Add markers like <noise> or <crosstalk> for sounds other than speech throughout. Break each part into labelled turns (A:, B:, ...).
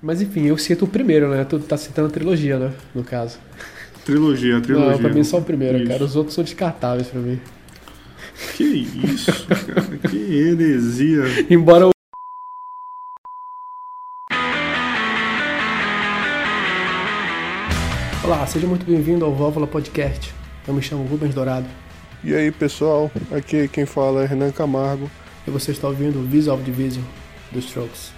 A: Mas enfim, eu cito o primeiro, né? Tu tá citando a trilogia, né? No caso.
B: Trilogia, trilogia.
A: Não, pra mim é só o primeiro,
B: Isso.
A: cara. Os outros são descartáveis pra mim.
B: Que isso, cara? Que heresia.
A: Embora o. Olá, seja muito bem-vindo ao Válvula Podcast. Eu me chamo Rubens Dourado
C: E aí pessoal, aqui quem fala é Renan Camargo.
A: e você está ouvindo o Visual Division dos Strokes.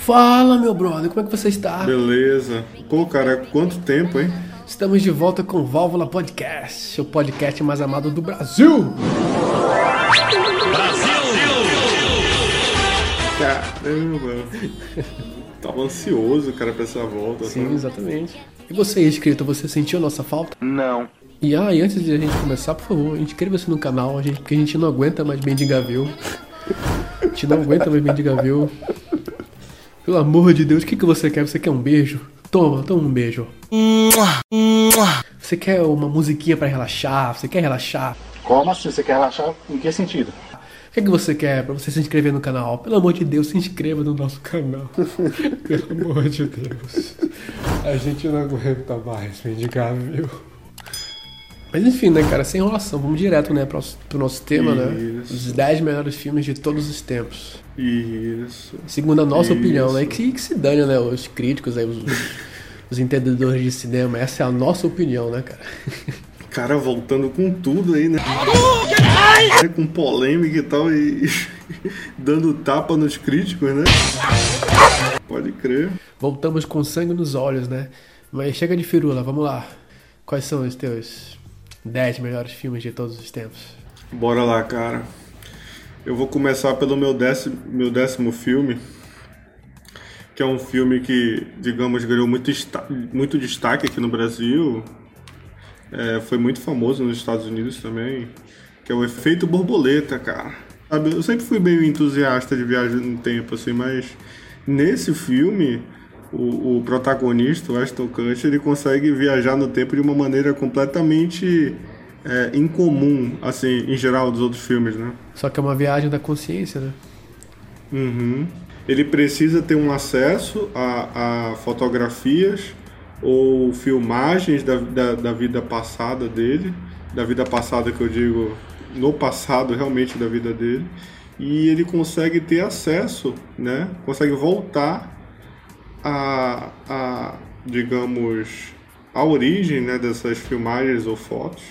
A: Fala, meu brother, como é que você está?
B: Beleza. Pô, cara, quanto tempo, hein?
A: Estamos de volta com o Válvula Podcast, o podcast mais amado do Brasil.
B: Caramba. Tava ansioso, cara, pra essa volta.
A: Sim,
B: sabe?
A: exatamente. E você, inscrito, você sentiu nossa falta?
D: Não.
A: E ah, e antes de a gente começar, por favor, inscreva-se no canal, a gente, porque a gente não aguenta mais Bendiga View. A gente não aguenta mais Bendiga View. Pelo amor de Deus, o que, que você quer? Você quer um beijo? Toma, toma um beijo. Você quer uma musiquinha pra relaxar? Você quer relaxar?
D: Como assim? Você quer relaxar? Em que sentido?
A: O que, que você quer pra você se inscrever no canal? Pelo amor de Deus, se inscreva no nosso <laughs> canal. Pelo amor de Deus. A gente não aguenta mais mendigar, viu? Mas enfim, né, cara, sem enrolação, vamos direto, né, pro, pro nosso tema, né?
B: Isso.
A: Os 10 melhores filmes de todos os tempos.
B: Isso.
A: Segundo a nossa
B: Isso.
A: opinião, né? Que, que se dane, né? Os críticos, aí, os, os entendedores de cinema. Essa é a nossa opinião, né, cara?
B: Cara voltando com tudo aí, né? Com polêmica e tal, e <laughs> dando tapa nos críticos, né? Pode crer.
A: Voltamos com sangue nos olhos, né? Mas chega de firula, vamos lá. Quais são os teus 10 melhores filmes de todos os tempos?
B: Bora lá, cara. Eu vou começar pelo meu décimo, meu décimo filme, que é um filme que, digamos, ganhou muito, esta- muito destaque aqui no Brasil. É, foi muito famoso nos Estados Unidos também, que é o Efeito Borboleta, cara. Sabe, eu sempre fui meio entusiasta de viagem no tempo, assim, mas nesse filme, o, o protagonista, o Ashton Kutcher, ele consegue viajar no tempo de uma maneira completamente é, incomum, assim, em geral dos outros filmes, né?
A: Só que é uma viagem da consciência, né?
B: Uhum. Ele precisa ter um acesso a, a fotografias ou filmagens da, da, da vida passada dele, da vida passada que eu digo, no passado realmente da vida dele, e ele consegue ter acesso, né? Consegue voltar a, a digamos, a origem né, dessas filmagens ou fotos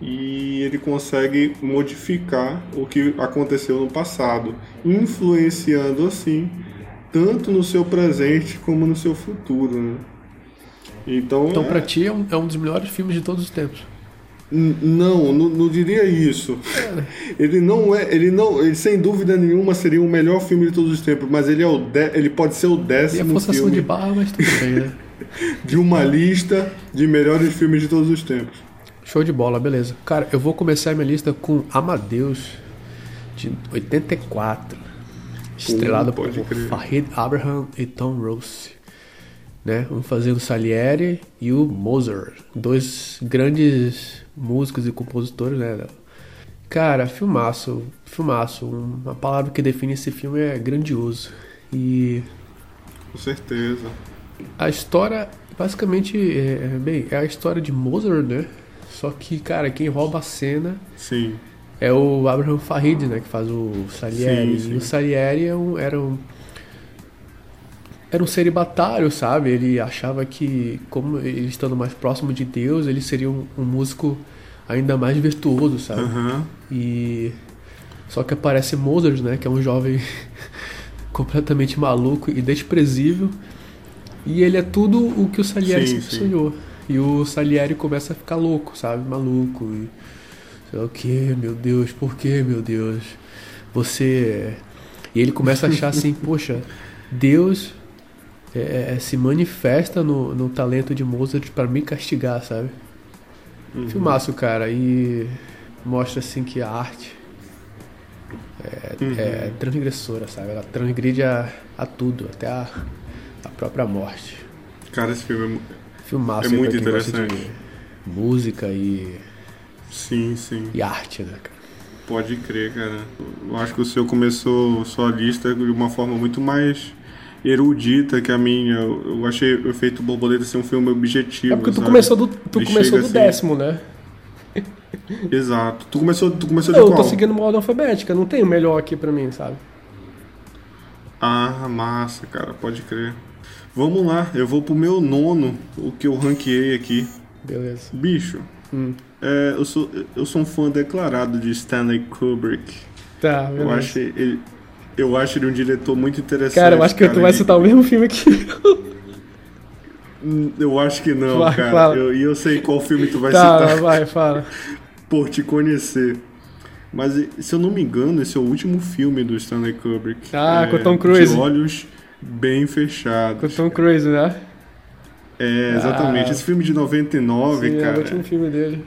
B: e ele consegue modificar o que aconteceu no passado, influenciando assim tanto no seu presente como no seu futuro, né? Então,
A: Então,
B: é-
A: pra ti, é um, é um dos melhores filmes de todos os tempos.
B: N- Não, não, não diria isso. <laughs> Ele não é, ele não, ele sem dúvida nenhuma seria o melhor filme de todos os tempos, mas ele é o dé- ele pode ser o
A: E é a
B: décimo
A: forçação
B: um filme
A: de barra, mas tudo bem,
B: <laughs>
A: né?
B: de uma lista de melhores filmes de todos os tempos.
A: Show de bola, beleza. Cara, eu vou começar minha lista com Amadeus, de 84. Estrelado por
B: pode crer.
A: Fahid Abraham e Tom Rose. Né? Um fazendo Salieri e o Mozart. Dois grandes músicos e compositores, né? Cara, filmaço, filmaço. Uma palavra que define esse filme é grandioso. E
B: Com certeza.
A: a história, basicamente, é, é- bem, é a história de Mozart, né? Só que, cara, quem rouba a cena
B: Sim.
A: é o Abraham Farid, né? Que faz o Salieri.
B: Sim, sim.
A: E o Salieri é um- era um. Era um celibatário, sabe? Ele achava que, como ele estando mais próximo de Deus, ele seria um, um músico ainda mais virtuoso, sabe?
B: Aham.
A: E. Só que aparece Mozart, né? Que é um jovem <laughs> completamente maluco e desprezível. E ele é tudo o que o Salieri
B: Sim,
A: sempre
B: sim.
A: sonhou. E o Salieri começa a ficar louco, sabe? Maluco. E sei lá o que, meu Deus, por que, meu Deus? Você. é. E ele começa a achar
B: <laughs>
A: assim, poxa, Deus é, é, se manifesta no, no talento de Mozart pra me castigar, sabe?
B: Uhum.
A: Filmaço, cara, e mostra assim que a arte é,
B: Uhum.
A: é transgressora, sabe? Ela transgride a, a tudo, até a, a própria morte.
B: Cara, esse filme é. mu-
A: Filmaço,
B: É
A: aí pra
B: muito
A: quem gosta de
B: interessante.
A: Música e,
B: Sim, sim.
A: e arte, né, cara?
B: Pode crer, cara. Eu acho que o seu começou sua lista de uma forma muito mais erudita que a minha. Eu eu achei o Efeito Borboleta ser um filme objetivo.
A: É porque tu
B: sabe?
A: começou do, tu
B: Ele
A: começou
B: né? chega
A: do
B: assim-
A: décimo, né?
B: Exato. Tu começou, tu começou de
A: Eu
B: qual?
A: tô seguindo uma ordem alfabética, não tem o melhor aqui pra mim, sabe?
B: Ah, massa, cara. Pode crer. Vamos lá. Eu vou pro meu nono, o que eu ranqueei aqui.
A: Beleza.
B: Bicho,
A: Hum.
B: é, eu, sou, eu sou um fã declarado de Stanley Kubrick.
A: Tá, beleza.
B: Eu acho, ele, eu acho ele um diretor muito interessante.
A: Cara, eu acho que tu vai
B: e-
A: citar o mesmo filme que eu.
B: Hum, Eu acho que não,
A: Vai,
B: cara.
A: fala.
B: Eu- E eu, sei qual filme tu <laughs> vai
A: Tá,
B: citar
A: vai, fala.
B: <laughs> por te conhecer. Mas, se eu não me engano, esse é o último filme do Stanley Kubrick.
A: Ah,
B: é,
A: com o Tom Cruise.
B: De olhos bem
A: Com
B: fechados.
A: o Tom Cruise, né?
B: É, exatamente.
A: Ah.
B: Esse filme de 99,
A: Sim, é o
B: cara.
A: último filme dele.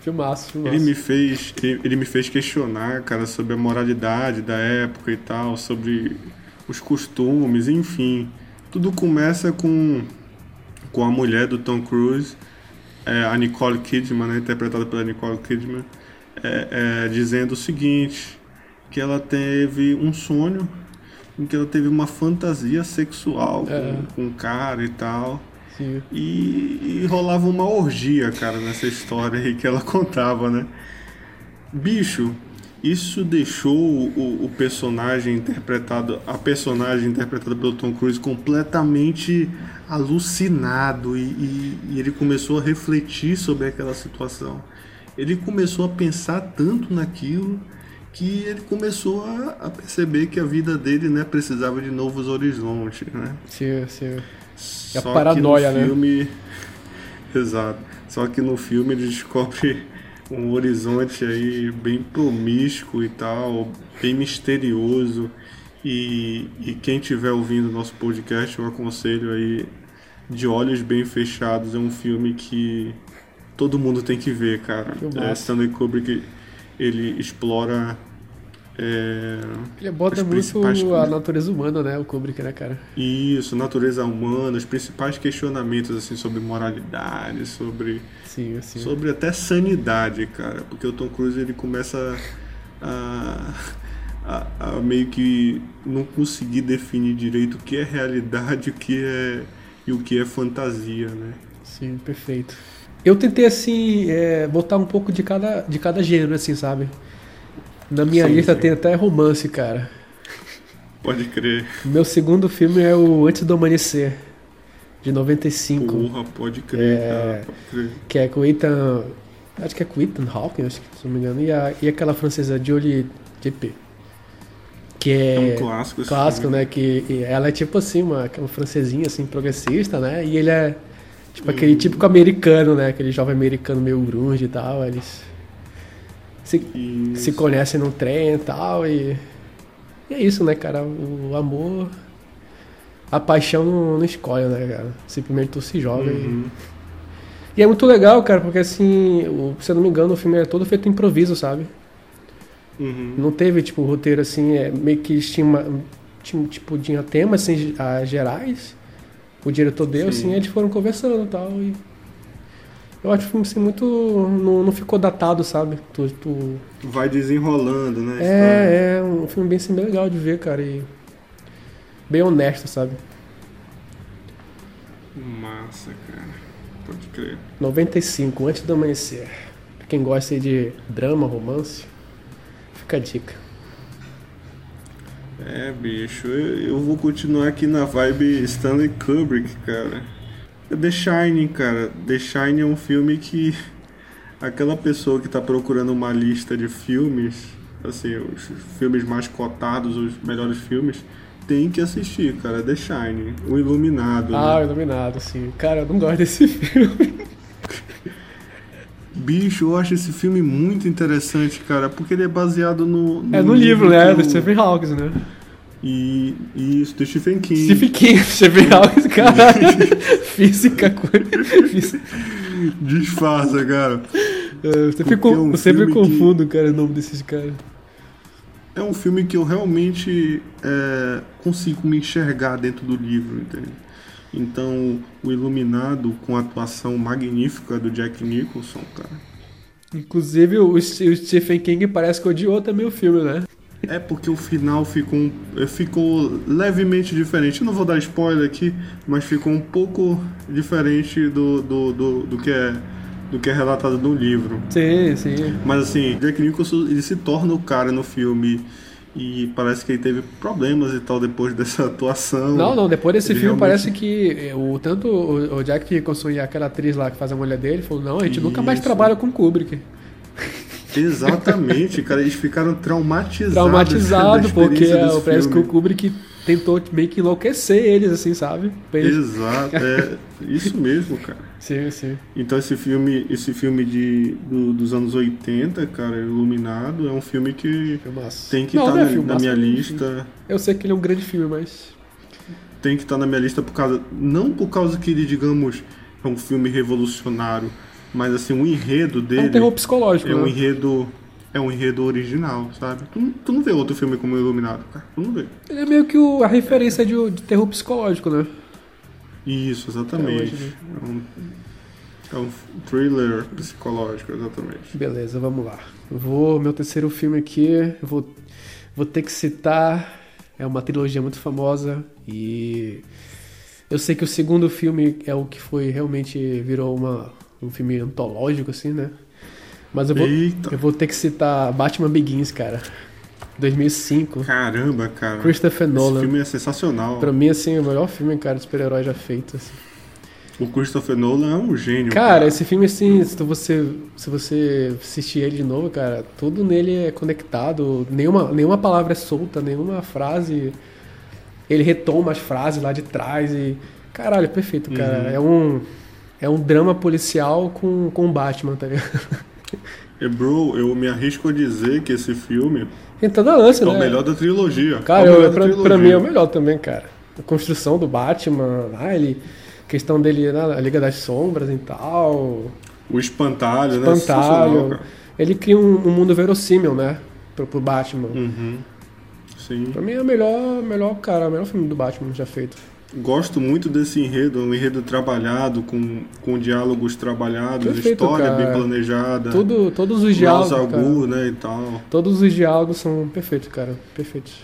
A: Filmaço, filmaço.
B: Ele me fez, ele, ele me fez questionar, cara, sobre a moralidade da época e tal, sobre os costumes, enfim. Tudo começa com com a mulher do Tom Cruise, é, a Nicole Kidman, né, interpretada pela Nicole Kidman, é, é, dizendo o seguinte, que ela teve um sonho em que ela teve uma fantasia sexual
A: É.
B: com, com um cara e tal.
A: Sim.
B: E, e rolava uma orgia, cara, nessa história aí que ela <laughs> contava, né? Bicho, isso deixou o, o personagem interpretado, a personagem interpretada pelo Tom Cruise completamente alucinado e, e- e ele começou a refletir sobre aquela situação. Ele começou a pensar tanto naquilo que ele começou a, a perceber que a vida dele, né, precisava de novos horizontes, né?
A: Sim, sim. É a
B: Só
A: paranoia,
B: que
A: né?
B: no filme... <laughs> Exato. Só que no filme ele descobre um horizonte aí bem promíscuo e tal, bem misterioso. E, e quem estiver ouvindo nosso podcast, eu aconselho aí De Olhos Bem Fechados. É um filme que todo mundo tem que ver, cara.
A: Filmaço.
B: É, Stanley Kubrick, ele explora... é,
A: Ele bota
B: Os
A: muito
B: principais
A: a
B: coisas.
A: natureza humana, né? O Kubrick, né, cara?
B: Isso, natureza humana, os principais questionamentos assim sobre moralidade, sobre,
A: Sim, sim.
B: sobre até sanidade, cara, porque o Tom Cruise ele começa a, a, a meio que não conseguir definir direito o que é realidade, o que é e o que é fantasia, né?
A: Sim, perfeito. Eu tentei, assim, é, botar um pouco de cada, de cada gênero, assim, sabe? Na minha
B: Sim,
A: lista
B: sim.
A: tem até romance, cara.
B: Pode crer,
A: Meu segundo filme é o Antes do Amanhecer, de 95,
B: porra, pode crer,
A: É.
B: cara, pode crer.
A: que é com Ethan... Acho que é com Ethan Hawking, acho que, se não me engano, e, a- e aquela francesa Jolie Depp, que
B: É
A: é...
B: um clássico esse
A: clássico,
B: filme.
A: né? Que e ela é tipo assim, uma, uma francesinha, assim, progressista, né? E ele é tipo
B: Uhum.
A: aquele típico americano, né? Aquele jovem americano meio grunge e tal. Eles se,
B: E-
A: se conhecem num trem e tal. E, e é isso, né, cara? O amor. A paixão não, não escolhe, né, cara? Simplesmente tu se joga e-
B: Uhum.
A: e é muito legal, cara, porque assim, o- se eu não me engano, o filme é todo feito improviso, sabe?
B: Uhum.
A: Não teve, tipo, roteiro assim, é, meio que estima, tinha, tipo, tinha temas assim, a- gerais. O diretor deu,
B: Sim.
A: assim, eles foram conversando e tal. E eu acho o filme assim, muito. Não, não ficou datado, sabe? Tu, tu-
B: Vai desenrolando, né? a história.
A: É, é um filme bem, assim, bem legal de ver, cara. E bem honesto, sabe? é.
B: Massa, cara. Pode crer.
A: 95, antes do amanhecer. Pra quem gosta aí de drama, romance, fica a dica.
B: É, bicho, eu, eu vou continuar aqui na vibe Stanley Kubrick, cara. The Shining, cara. The Shining é um filme que aquela pessoa que tá procurando uma lista de filmes, assim, os filmes mais cotados, os melhores filmes, tem que assistir, cara. The Shining, O Iluminado.
A: Ah,
B: né?
A: iluminado, assim. Cara, eu não gosto desse <laughs> filme.
B: Bicho, eu acho esse filme muito interessante, cara, porque ele é baseado no.
A: É no livro, né?
B: que
A: Do
B: o-
A: Stephen Hawking, né?
B: E e isso, do Stephen King.
A: Stephen King, <laughs> Stephen Hawking, caralho. <laughs> Física, coisa. Física.
B: Disfarça, cara.
A: Eu sempre,
B: Porque
A: con-
B: é um
A: eu sempre
B: filme que-
A: confundo, cara, o nome desses caras.
B: É um filme que eu realmente é, consigo me enxergar dentro do livro, entende? Então, o Iluminado, com a atuação magnífica do Jack Nicholson, cara,
A: Inclusive, o, o Stephen King parece que odiou também o filme, né?
B: É porque o final ficou, um- ficou levemente diferente. Eu não vou dar spoiler aqui, mas ficou um pouco diferente do, do, do, do que, é, do que é relatado no livro.
A: Sim, sim.
B: Mas assim, Jack Nicholson ele se torna o cara no filme e parece que ele teve problemas e tal depois <laughs> dessa atuação.
A: Não, não, depois desse
B: Ele
A: filme
B: realmente-
A: parece que eh, o, tanto o, o Jack Nicholson e aquela atriz lá que faz a mulher dele falou, não, a gente nunca mais
B: Isso.
A: trabalha com Kubrick.
B: Exatamente, cara, eles ficaram traumatizados.
A: Traumatizado, <laughs>
B: da
A: porque
B: experiência desse
A: eh, parece que
B: filme.
A: o Kubrick tentou meio que enlouquecer eles, assim, sabe? Pra eles-
B: Exato, é isso mesmo, cara.
A: Sim, sim.
B: Então esse filme, esse filme de, do- dos anos 80, cara, Iluminado, é um filme que
A: Filmaço.
B: tem que
A: Não,
B: estar
A: não é
B: na, na
A: filmaço,
B: minha
A: é um
B: lista.
A: Eu sei que ele é um grande filme, mas...
B: Tem que estar na minha lista por causa. Não por causa que ele, digamos, é um filme revolucionário, mas assim, o enredo
A: É um
B: dele
A: terror psicológico,
B: é um
A: né?
B: enredo. É um enredo original, sabe? Tu, não- tu não vê outro filme como Iluminado, cara. Tu não vê.
A: Ele é meio que o- a referência de, de terror psicológico, né?
B: Isso,
A: Até
B: exatamente.
A: hoje, né?
B: É um, é um thriller psicológico, exatamente.
A: Beleza, vamos lá. Eu Vou, meu terceiro filme aqui, eu vou, vou ter que citar. É uma trilogia muito famosa e eu sei que o segundo filme é o que foi realmente virou uma, um filme antológico assim, né? Mas eu vou,
B: Eita.
A: eu vou ter que citar Batman Begins, cara. 2005,
B: Caramba, cara.
A: Christopher
B: Esse
A: Nolan.
B: filme é sensacional.
A: Pra mim, assim, é o melhor filme, cara, de super-herói já feito. assim.
B: O Christopher Nolan é um gênio.
A: Cara, esse filme, assim, se tu- você, se você assistir ele de novo, cara, tudo nele é conectado, nenhuma, nenhuma palavra é solta, nenhuma frase. Ele retoma as frases lá de trás e. Caralho, é perfeito, cara.
B: Uhum.
A: É um. É um drama policial com, com Batman, tá ligado? <laughs>
B: E, É, bro, eu me arrisco a dizer que esse filme
A: Tem toda a lance,
B: é,
A: né?
B: o melhor da trilogia.
A: Cara,
B: é o melhor
A: eu,
B: da
A: pra,
B: trilogia.
A: pra mim é o melhor também, cara. A construção do Batman, ah, ele. Questão dele na Liga das Sombras e tal.
B: O Espantalho, né? Sensacional,
A: Espantalho.
B: cara.
A: Ele cria um, um mundo verossímil, né? Pro, pro Batman.
B: Uhum. Sim.
A: Pra mim é o melhor, melhor, cara, o melhor filme do Batman já feito.
B: Gosto muito desse enredo, é um enredo trabalhado, com, com diálogos trabalhados,
A: Perfeito,
B: história
A: cara.
B: bem planejada.
A: Tudo, todos os
B: Ra's
A: diálogos.
B: É. al
A: cara,
B: Ghul, né, e tal.
A: todos os diálogos são perfeitos, cara. Perfeitos.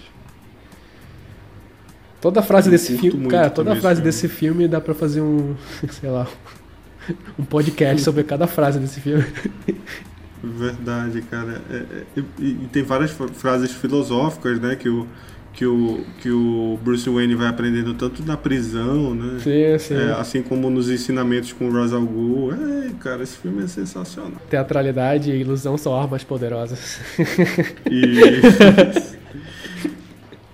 A: Toda frase
B: Eu
A: desse
B: curto
A: filme.
B: muito
A: Cara, toda
B: também
A: frase
B: esse
A: desse filme dá pra fazer um. <laughs> sei lá. Um podcast sobre cada frase desse filme.
B: Verdade, cara. É, é, e, e tem várias fra- frases filosóficas, né, que o, que, o, que o Bruce Wayne vai aprendendo tanto na prisão, né?
A: Sim, sim.
B: É, assim como nos ensinamentos com o Ra's al Ghul. Ei, cara, esse filme é sensacional.
A: Teatralidade e ilusão são armas poderosas. <laughs>
B: E... <laughs>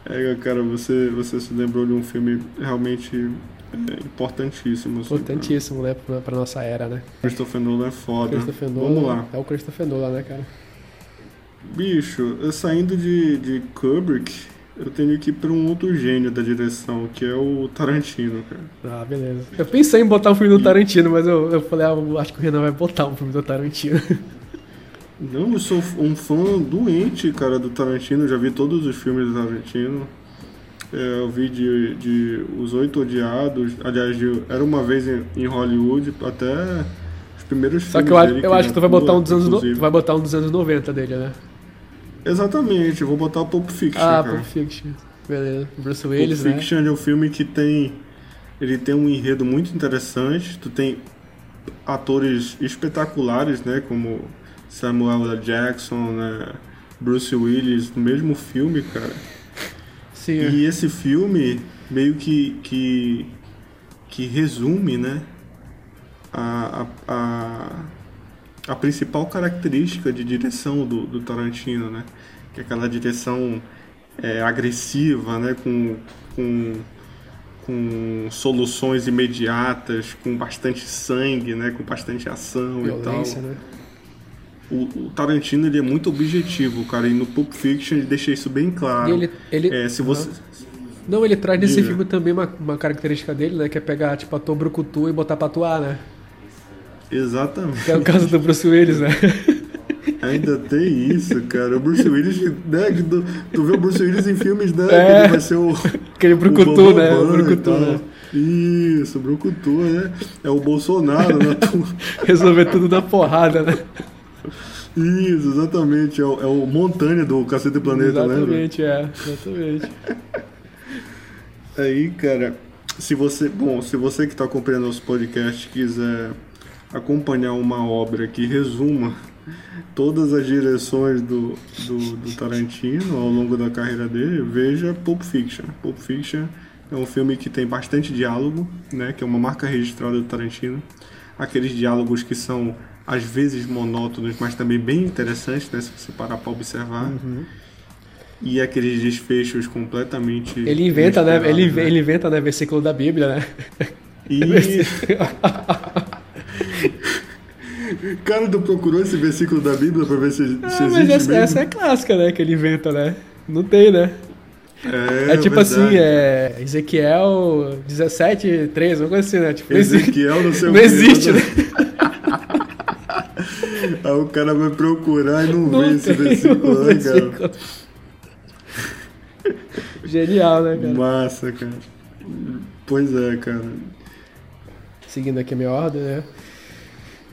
B: é, cara, você, você se lembrou de um filme realmente é, importantíssimo. assim,
A: Importantíssimo, né? Pra, pra nossa era, né?
B: cara. Christopher Nolan é foda.
A: Christopher
B: Vamos
A: Nolan-
B: lá.
A: É o Christopher Nolan, né, cara?
B: Bicho, eu saindo de, de Kubrick, eu tenho que ir pra um outro gênio da direção, que é o Tarantino, cara.
A: Ah, beleza. Eu pensei em botar um filme do Tarantino, mas eu, eu falei, ah, eu acho que o Renan vai botar um filme do
B: <laughs>
A: Tarantino.
B: Não, eu sou um fã doente, cara, do Tarantino. Eu já vi todos os filmes do Tarantino. É, eu vi de, de Os Oito Odiados, aliás, de Era Uma Vez em, em Hollywood, até os primeiros
A: Só
B: filmes
A: que eu, acho-
B: dele,
A: eu acho que tu vai botar um dos anos, no-
B: inclusive.
A: tu vai botar um dos anos 90 dele, né?
B: Exatamente, eu vou botar o Pulp Fiction,
A: Ah,
B: cara.
A: Pulp Fiction. Beleza. Bruce
B: Pulp
A: Willis, né?
B: Fiction é um filme que tem ele tem um enredo muito interessante. Tu tem atores espetaculares, né, como Samuel L. Jackson, né, Bruce Willis no mesmo filme, cara.
A: Sim. é.
B: E esse filme meio que que, que resume, né, a, a, a, a principal característica de direção do, do Tarantino, né, que é aquela direção é, agressiva, né, com, com com soluções imediatas, com bastante sangue, né, com bastante ação e
A: Violência,
B: tal.
A: né?
B: O, o Tarantino ele é muito objetivo, cara, e no Pulp Fiction ele deixa isso bem claro.
A: E ele, Uhum. ele,
B: É, se você
A: Não, ele traz nesse
B: Diga.
A: filme também uma, uma característica dele, né? Que é pegar, tipo, ator brucutu e botar pra atuar, né?
B: Exatamente.
A: Que é o caso do Bruce Willis, né? <laughs>
B: Ainda tem isso, cara. O Bruce Willis, né? que Tu, tu vê o Bruce Willis em filmes, né? que
A: É.
B: Ele vai
A: <laughs>
B: ser o.
A: Aquele
B: o
A: brucutu, né? O
B: Bambam e
A: brucutu, <laughs>
B: tal.
A: né?
B: Isso,
A: <laughs>
B: Brucutu, né? É o Bolsonaro, né? Tu-
A: Resolver tudo na porrada, né?
B: Isso, exatamente. É o, é o Montanha do Cacete Planeta, lembra?
A: exatamente, é. Exatamente.
B: Aí, cara, se você. Bom, se você que está acompanhando nosso podcast quiser acompanhar uma obra que resuma todas as direções do, do, do Tarantino ao longo da carreira dele, veja Pulp Fiction. Pulp Fiction é um filme que tem bastante diálogo, né? Que é uma marca registrada do Tarantino. Aqueles diálogos que são às vezes monótonos, mas também bem interessantes, né? Se você parar para observar.
A: Uhum.
B: E aqueles desfechos completamente.
A: Ele inventa, né?
B: inesperados,
A: Ele, ele inventa, né? Versículo da Bíblia, né?
B: E... <laughs> Cara, tu procurou esse versículo da Bíblia pra ver se, se
A: Ah, mas
B: existe
A: essa,
B: mesmo?
A: essa é clássica, né? Que ele inventa, né? Não tem, né?
B: É,
A: É, tipo
B: verdade.
A: assim, é Ezequiel 17, 3, uma coisa assim, né? Tipo, não existe-
B: Ezequiel, não sei o
A: não
B: quê.
A: existe, né?
B: Aí tá, o cara vai procurar e não,
A: Não
B: vê esse
A: tem <laughs>
B: versículo,
A: um
B: né, cara?
A: versículo. Genial, né, cara?
B: Massa, cara. Pois é, cara.
A: Seguindo aqui a minha ordem, né?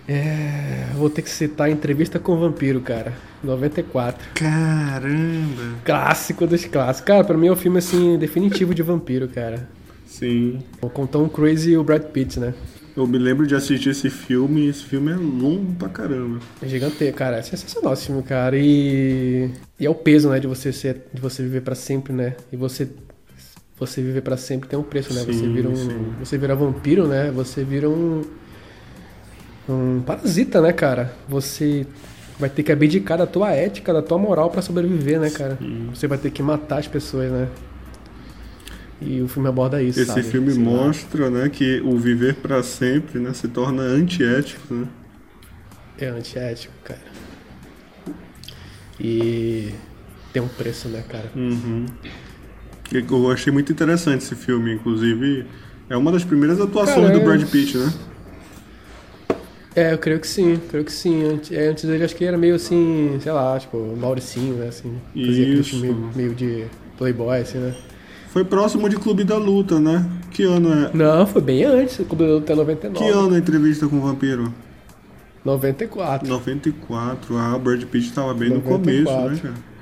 A: É, vou ter que citar a Entrevista com o Vampiro, cara. 94.
B: Caramba.
A: Clássico dos clássicos. Cara, pra mim é o filme, assim, definitivo de vampiro, cara.
B: Sim.
A: Com Tom Cruise e o Brad Pitt, né?
B: Eu me lembro de assistir esse filme e esse filme é longo pra caramba.
A: É gigante, cara. É sensacional esse filme, cara. E, e é o peso, né, de você ser, de você viver pra sempre, né? E você você viver pra sempre tem um preço, né? você
B: Sim,
A: vira um,
B: sim.
A: você vira vampiro, né? Você vira um um parasita, né, cara? Você vai ter que abdicar da tua ética, da tua moral pra sobreviver, né, cara? Você vai ter que matar as pessoas, né? E o filme aborda isso,
B: Esse
A: sabe?
B: filme
A: Sei lá.
B: mostra, né, que o viver pra sempre, né, se torna antiético, né?
A: É antiético, cara. E tem um preço, né, cara?
B: Uhum. Que Eu achei muito interessante esse filme, inclusive. É uma das primeiras atuações
A: Cara,
B: do
A: é-
B: Brad Pitt, né?
A: É, eu creio que sim, creio que sim. Antes, é, antes dele acho que era meio assim, sei lá, tipo, Mauricinho, né? Assim, fazia aquele
B: Isso.
A: filme meio, meio de Playboy, assim, né?
B: Foi próximo de Clube da Luta, né? Que ano é?
A: Não, foi bem antes, o Clube da Luta é
B: Que
A: 99.
B: ano a entrevista com o vampiro?
A: 94.
B: 94. Ah, o Brad Pitt tava bem no
A: 94.
B: começo, né, cara?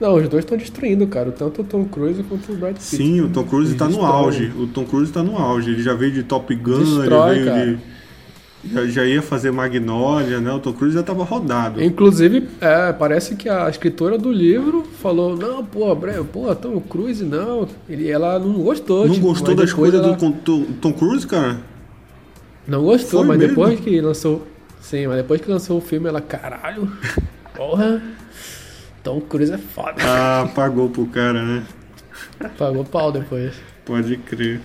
A: Não, os dois estão destruindo, cara. Tanto o Tom Cruise quanto o Brad Pitt.
B: Sim, o Tom Cruise
A: Eles
B: tá no
A: estão-
B: auge. O Tom Cruise tá no auge. Ele já veio de Top Gun,
A: Destrói,
B: ele veio
A: cara.
B: de. Já, já ia fazer Magnolia, né? O Tom Cruise já tava rodado.
A: Então, Inclusive, é, parece que a escritora do livro falou, não, pô, Bre- pô, Tom Cruise, não. Ele, ela não gostou.
B: Não
A: tipo,
B: gostou
A: mas
B: das
A: depois
B: coisas
A: ela-
B: do con- Tom- Tom Cruise, cara?
A: Não gostou,
B: Foi
A: mas
B: mesmo?
A: depois que lançou. Sim, mas depois que lançou o filme, ela,
B: <laughs>
A: caralho, porra, Tom Cruise é foda.
B: Ah, pagou pro cara, né?
A: Pagou pau depois.
B: Pode crer.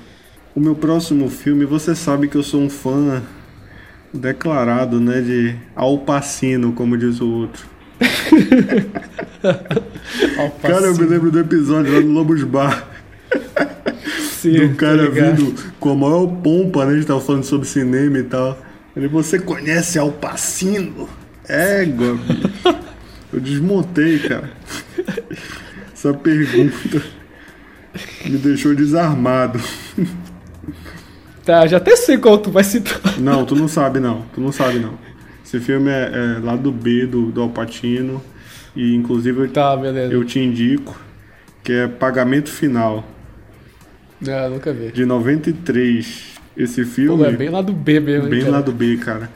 B: O meu próximo filme, você sabe que eu sou um fã declarado, né, de Al Pacino, como diz o outro.
A: Ao
B: Cara, eu me lembro do episódio lá no Lobos Bar,
A: <laughs> passinho,
B: do um cara
A: tá ligado?
B: vindo com a maior pompa, né, a gente tava falando sobre cinema e tal. Ele, você conhece Al Pacino? Égua, bicho. Eu desmontei, cara. Essa pergunta me deixou desarmado.
A: Tá, já até sei qual tu vai citar. <laughs>
B: Não, tu não sabe não, tu não sabe não. Esse filme é, é lá do B do, do Alpatino e inclusive eu,
A: Tá, beleza.
B: eu te indico que é Pagamento Final
A: Não, nunca vi.
B: de 93. Esse
A: Pô,
B: filme
A: é bem lá do B mesmo. hein,
B: bem
A: cara.
B: lá do B, cara.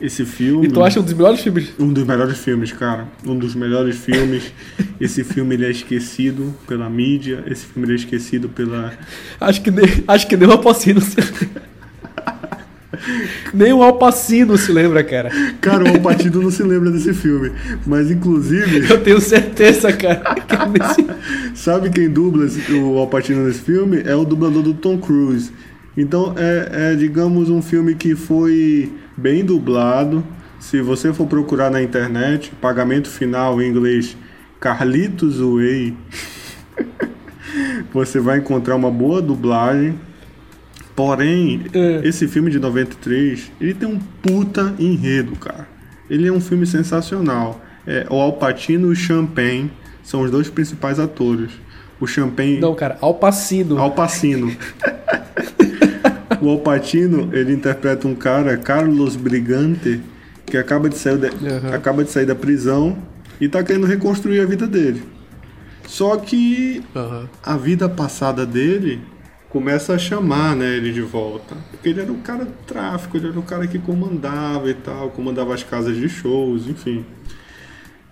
B: Esse filme
A: E tu acha um dos melhores filmes?
B: um dos melhores filmes, cara, um dos melhores filmes. Esse filme ele é esquecido pela mídia, esse filme ele é esquecido pela
A: Acho que nem, acho que nem o Alpacino se <laughs> Nem o Alpacino se lembra, cara.
B: Cara, o Alpatino não se lembra desse filme, mas inclusive
A: Eu tenho certeza, cara. Que é nesse...
B: Sabe quem dubla esse- o Alpatino nesse filme? É o dublador do Tom Cruise. Então é, é, digamos, um filme que foi bem dublado. Se você for procurar na internet, pagamento final em inglês Carlitos Way, <laughs> você vai encontrar uma boa dublagem. Porém,
A: É.
B: esse filme de 93, ele tem um puta enredo, cara. Ele é um filme sensacional. É, o Alpatino e o Champagne são os dois principais atores. O Champagne
A: Não, cara, Alpacino.
B: Al Pacino. o Al Pacino, ele interpreta um cara, Carlos Brigante, que acaba de sair, da-
A: Uhum.
B: acaba de sair da prisão e tá querendo reconstruir a vida dele. Só que
A: Aham.
B: a vida passada dele começa a chamar né, ele de volta. Porque ele era um cara do tráfico, ele era um cara que comandava e tal, comandava as casas de shows, enfim.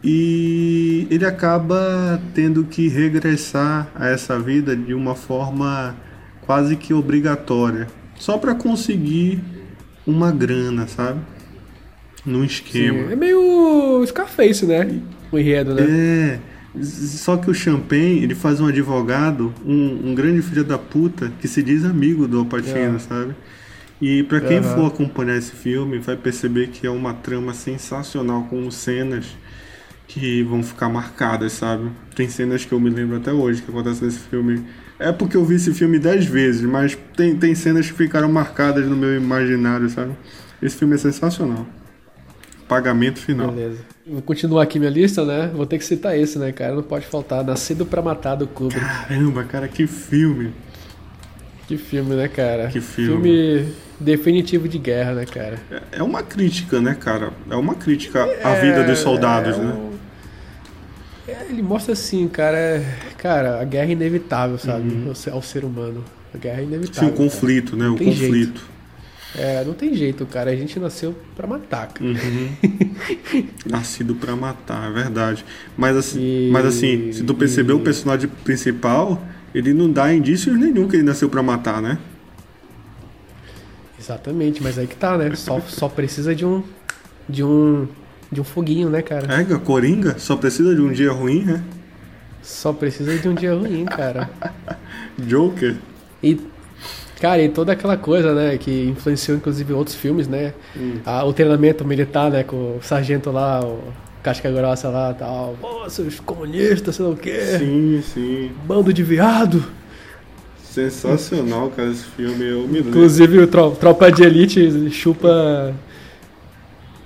B: E ele acaba tendo que regressar a essa vida de uma forma quase que obrigatória, só para conseguir uma grana, sabe? Num esquema.
A: Sim, É meio Scarface, né? O enredo, né?
B: É. Só que o Champagne, ele faz um advogado, um, um grande filho da puta, que se diz amigo do Alpatino,
A: É.
B: sabe? E pra quem
A: Aham.
B: for acompanhar esse filme, vai perceber que é uma trama sensacional com cenas que vão ficar marcadas, sabe? Tem cenas que eu me lembro até hoje que acontecem nesse filme. É porque eu vi esse filme dez vezes, mas tem, tem cenas que ficaram marcadas no meu imaginário, sabe? Esse filme é sensacional. Pagamento final.
A: Beleza. Vou continuar aqui minha lista, né? Vou ter que citar esse, né, cara? Não pode faltar. Nascido pra Matar do Kubrick.
B: Caramba, cara, que filme!
A: Que filme, né, cara?
B: Ah. Que filme.
A: Filme definitivo de guerra, né, cara?
B: É- É uma crítica, né, cara? É uma crítica à vida dos soldados,
A: é
B: né?
A: um- É, ele mostra assim, cara. é- Cara, a guerra é inevitável, sabe? Ao ser- Ao ser humano. A guerra é
B: Uhum. Sim,
A: inevitável.
B: o conflito, né? O
A: Tem jeito.
B: conflito.
A: cara. É, não tem jeito, cara. A gente nasceu pra matar, cara.
B: <laughs> Nascido pra matar, é verdade. Mas assim,
A: E-
B: mas assim, se tu perceber o personagem principal, ele não dá indícios nenhum que ele nasceu pra matar, né?
A: Exatamente, mas aí que tá, né? Só, só precisa de um. De um. De um foguinho, né, cara?
B: É, Coringa só precisa de um dia ruim, né?
A: Só precisa de um dia ruim, cara.
B: Joker.
A: E, cara, e toda aquela coisa, né, que influenciou inclusive outros filmes, né?
B: Hum.
A: Ah, o treinamento militar, né, com o sargento lá, o Casca Grossa lá tal. Pô, seus comunistas, sei lá o quê.
B: Sim, sim.
A: Bando de viado.
B: Sensacional, cara, esse filme. Eu me lembro.
A: Inclusive, o Tro- Tropa de Elite chupa.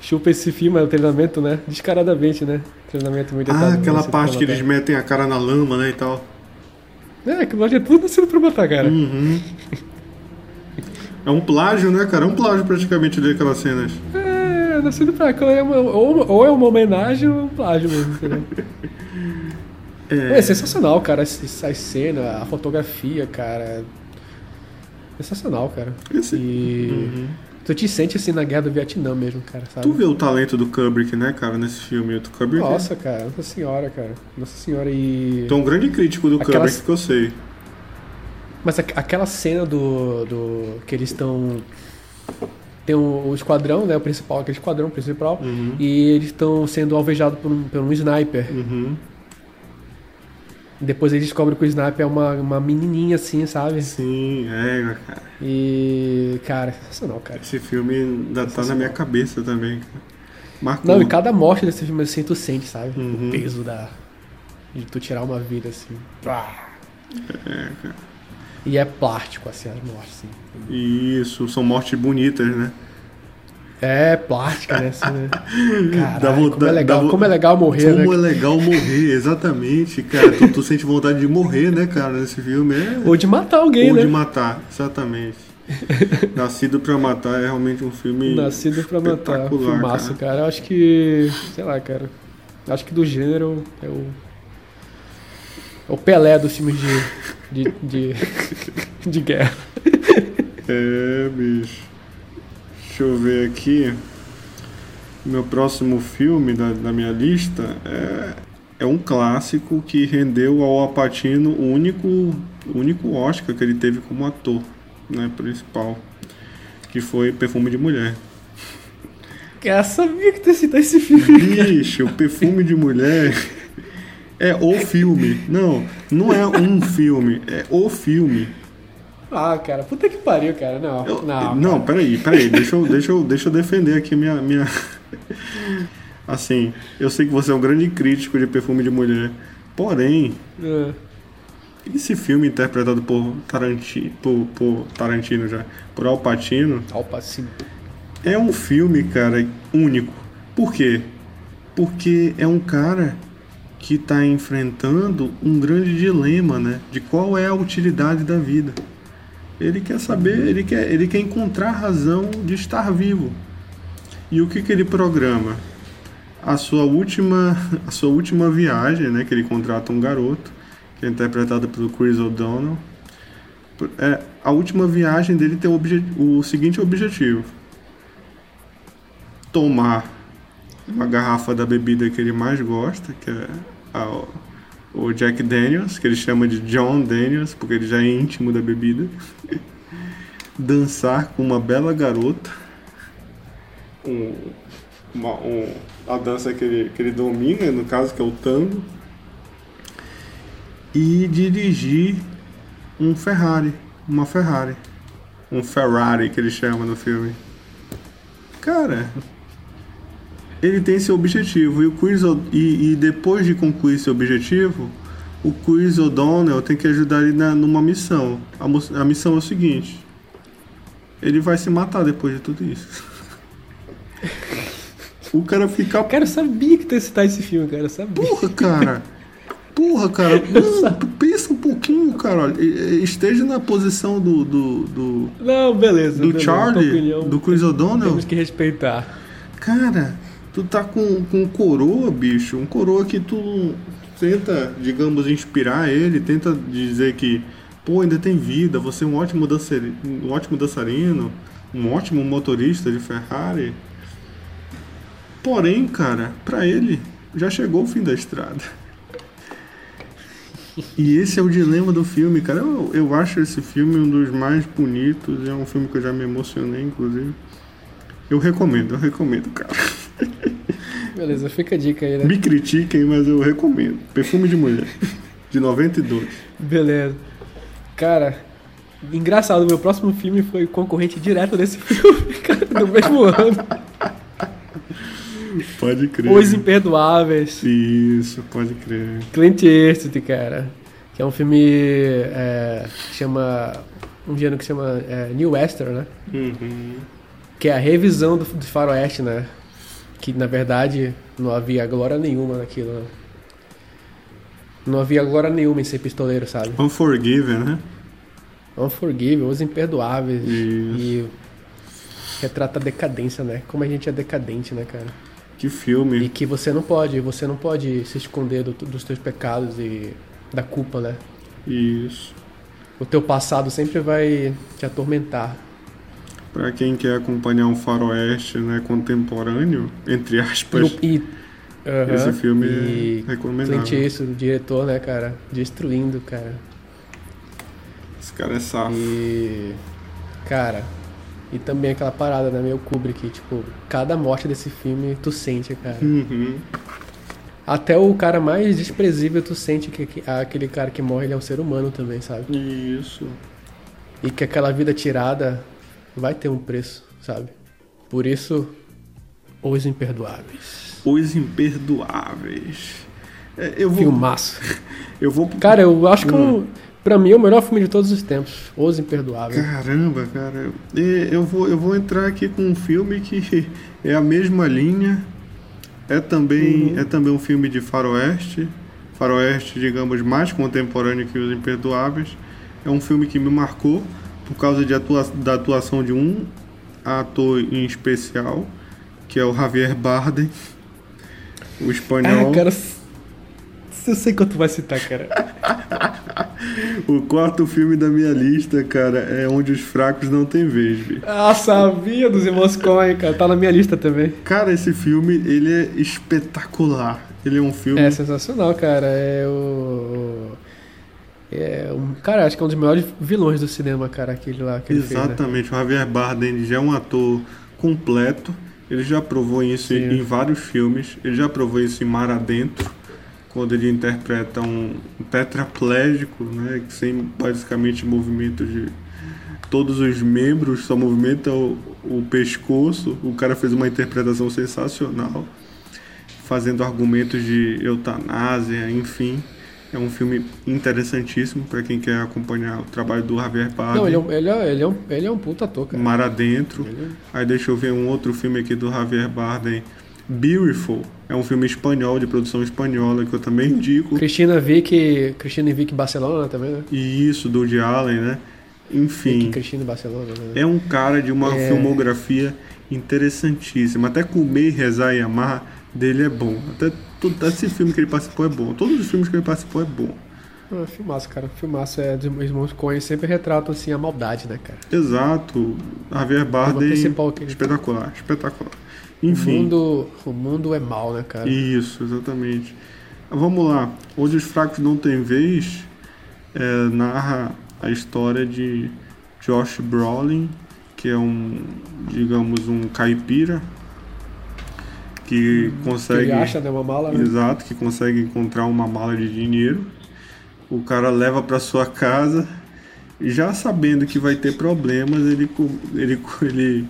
A: Chupa esse filme, é o treinamento, né? Descaradamente, né? Treinamento militar.
B: Ah,
A: né,
B: aquela
A: nascido
B: parte
A: pra
B: que eles metem a cara na lama, né, e tal.
A: matar. É, aquilo ali é tudo nascido pra matar, cara.
B: Uhum. <laughs> É um plágio, né, cara? É um plágio praticamente daquelas cenas.
A: É, nascido pra cá, é uma- ou, ou é uma homenagem ou é um plágio mesmo,
B: <laughs>
A: entendeu? É, sensacional, cara, essa essa cena, a fotografia, cara. Sensacional, cara.
B: Esse-
A: E tu te sente assim na guerra do Vietnã mesmo, cara, sabe?
B: Uhum. Tu vê o talento do Kubrick, né, cara, nesse filme. O Kubrick
A: Nossa, cara, Nossa Senhora, cara. Nossa Senhora e.
B: Tu é um grande crítico do
A: Aquelas-
B: Kubrick que eu sei.
A: Mas a- aquela cena do. do que eles estão. Tem o, o esquadrão, né? O principal, aquele esquadrão principal.
B: Uhum.
A: E eles estão sendo alvejados por um, por um sniper.
B: Uhum.
A: Depois eles descobrem que o sniper é uma, uma menininha assim, sabe?
B: Sim, é, cara.
A: E. Cara, sensacional, cara.
B: Esse filme ainda tá na minha cabeça também, cara. Marcou.
A: Não, e cada morte desse filme assim, tu sente, sabe?
B: Uhum.
A: O peso da. de tu tirar uma vida assim.
B: É, cara.
A: E é plástico, assim, as mortes, assim.
B: Isso, são mortes bonitas, né?
A: É plástica, né? Assim,
B: <laughs>
A: né? Caralho,
B: Dá vontade-
A: como é
B: dá
A: legal,
B: vo-
A: como é legal morrer,
B: Como
A: né?
B: é legal morrer, exatamente, cara. Tu, tu sente vontade de morrer, né, cara, nesse filme. É...
A: Ou de matar alguém,
B: Ou
A: né?
B: de matar,
A: <laughs>
B: exatamente. Nascido pra matar é realmente um filme.
A: Nascido pra matar.
B: espetacular,
A: Filmaço, cara. Eu acho que. Sei lá, cara. Eu Acho que do gênero é o. É o Pelé dos filmes de. de. de, <laughs> de guerra.
B: É, bicho. Deixa eu ver aqui. Meu próximo filme da, da minha lista é, é um clássico que rendeu ao Apatino o único, o único Oscar que ele teve como ator né, principal, que foi Perfume de Mulher.
A: Cara, sabia que tu ia citar esse filme.
B: Bicho, o perfume de mulher é o filme. Não, não é um filme, é o filme.
A: Ah, cara, puta que pariu, cara. Não,
B: Eu-
A: não.
B: não, peraí, peraí. Deixa eu, deixa, eu, deixa eu defender aqui minha, minha. Assim, eu sei que você é um grande crítico de perfume de mulher. Porém,
A: Ah,
B: esse filme interpretado por Tarantino, por, por Tarantino já, por Al Pacino,
A: Al Pacino.
B: é um filme, cara, único. Por quê? Porque é um cara que tá enfrentando um grande dilema, né? De qual é a utilidade da vida. Ele quer saber, ele quer, ele quer encontrar a razão de estar vivo. E o que, que ele programa? A sua última, <laughs> a sua última viagem, né? Que ele contrata um garoto, que é interpretado pelo Chris O'Donnell. É, a última viagem dele tem o, obje- o seguinte objetivo: tomar uma garrafa da bebida que ele mais gosta, que é a- o Jack Daniels, que ele chama de John Daniels, porque ele já é íntimo da bebida. <laughs> Dançar com uma bela garota. Um, uma- um- a dança que ele, que ele domina, no caso, que é o tango. E dirigir um Ferrari. Uma Ferrari. Um Ferrari, que ele chama no filme. Cara, ele tem seu objetivo e, o Chris O- e, e depois de concluir seu objetivo, o Chris O'Donnell tem que ajudar ele na, numa missão. A, mo- a missão é o seguinte: ele vai se matar depois de tudo isso. <laughs> o cara fica
A: Cara, eu sabia que tu ia citar esse filme, cara. Eu sabia.
B: Porra, cara. Porra,
A: <laughs>
B: cara. Não, pensa um pouquinho, cara. Olha, e- e- Esteja na posição do. do. do,
A: Não, beleza.
B: do
A: beleza, tua
B: Charlie,
A: opinião,
B: do Chris O'Donnell.
A: Temos que respeitar.
B: Cara, tu tá com, com um coroa, bicho. Um coroa que tu tenta, digamos, inspirar ele, tenta dizer que, pô, ainda tem vida, você é um ótimo dançarino, um ótimo, dançarino, um ótimo motorista de Ferrari. Porém, cara, pra ele, já chegou o fim da estrada. E esse é o dilema do filme, cara. Eu, eu acho esse filme um dos mais bonitos. É um filme que eu já me emocionei, inclusive. Eu recomendo, eu recomendo, cara.
A: Beleza, fica a dica aí, né?
B: Me critiquem, mas eu recomendo. Perfume de mulher. De 92.
A: Beleza. Cara, engraçado, meu próximo filme foi concorrente direto desse <laughs> filme, cara, do mesmo ano.
B: Pode crer.
A: Os Imperdoáveis,
B: Isso, pode crer.
A: Clint Eastwood, cara. Que é um filme é, que chama... Um gênero que chama é, New Western, né?
B: Uhum.
A: Que é a revisão do, do faroeste, né? Que, na verdade, não havia glória nenhuma naquilo, né? Não havia glória nenhuma em ser pistoleiro, sabe?
B: Unforgiven, né?
A: Unforgiven, Os Imperdoáveis.
B: Isso.
A: E retrata a decadência, né? Como a gente é decadente, né, cara?
B: Que
A: E
B: filme.
A: que você não pode, você não pode se esconder do- dos teus pecados e da culpa, né?
B: Isso.
A: O teu passado sempre vai te atormentar.
B: Pra quem quer acompanhar um faroeste né, contemporâneo, entre aspas,
A: E, o- e- Aham.
B: esse filme
A: Uhum. e
B: é recomendável.
A: Clint Eastwood, o diretor, né, cara? Destruindo, cara.
B: Esse cara é safo.
A: E. Cara. E também aquela parada, né? Meio Kubrick, tipo, cada morte desse filme tu sente, cara.
B: Uhum.
A: Até o cara mais desprezível, tu sente que, que aquele cara que morre, ele é um ser humano também, sabe?
B: Isso.
A: E que aquela vida tirada vai ter um preço, sabe? Por isso, os imperdoáveis.
B: Os Imperdoáveis. É, Eu vou,
A: Filmaço.
B: eu vou
A: Cara, eu acho que eu, pra mim é o melhor filme de todos os tempos. Os imperdoáveis.
B: Caramba, cara. E Eu vou, eu vou entrar aqui com um filme que <laughs> é a mesma linha. É
A: Uhum.
B: também, é também um filme de faroeste. Faroeste, digamos, mais contemporâneo que Os Imperdoáveis. É um filme que me marcou por causa de atua- da atuação de um ator em especial, que é o Javier Bardem, o espanhol.
A: Ah, cara. Se eu sei quanto vai citar, cara.
B: O quarto filme da minha lista, cara, é Onde os Fracos Não Têm Vez, bicho.
A: Ah, sabia dos irmãos Coen, cara. Tá na minha lista também.
B: Cara, esse filme, ele é espetacular. Ele é um filme.
A: É sensacional, cara. É o. É um, cara, acho que é um dos maiores vilões do cinema, cara, aquele lá que ele fez, né?
B: Exatamente. O Javier Bardem ele já é um ator completo. Ele já provou isso em,
A: Sim.
B: em vários filmes. Ele já provou isso em Mar Adentro, quando ele interpreta um tetraplégico, né? que Sem basicamente movimento de. Todos os membros só movimenta o, o pescoço. O cara fez uma interpretação sensacional, fazendo argumentos de eutanásia, enfim. É um filme interessantíssimo para quem quer acompanhar o trabalho do Javier Bardem.
A: Não, ele é, um, ele, é, ele, é um, ele é um puta ator, cara.
B: Mar Adentro.
A: Ele-
B: Aí deixa eu ver um outro filme aqui do Javier Bardem, Beautiful. É um filme espanhol, de produção espanhola, que eu também indico.
A: Cristina Vick, Cristina Vick Barcelona também, né?
B: E isso, do Woody Allen, né? Enfim.
A: Cristina Barcelona, né?
B: É um cara de uma filmografia interessantíssima. Até comer, rezar e amar dele é bom. Até todo esse filme que ele participou é bom. Todos os filmes que ele participou é bom.
A: Ah, filmaço, cara. Filmaço é dos irmãos Coen sempre retratam assim a maldade, né, cara?
B: Exato. Javier Bardem,
A: principal que ele-
B: espetacular, espetacular.
A: O
B: Enfim,
A: mundo, o mundo é mal, né, cara?
B: isso, exatamente. Vamos lá. Onde os fracos não têm vez é, narra a história de Josh Brolin, que é um, digamos, um caipira que consegue...
A: Hum, Ele acha, né, uma mala, né?
B: Exato, que consegue encontrar uma mala de dinheiro. O cara leva para sua casa, já sabendo que vai ter problemas, ele co- ele co- ele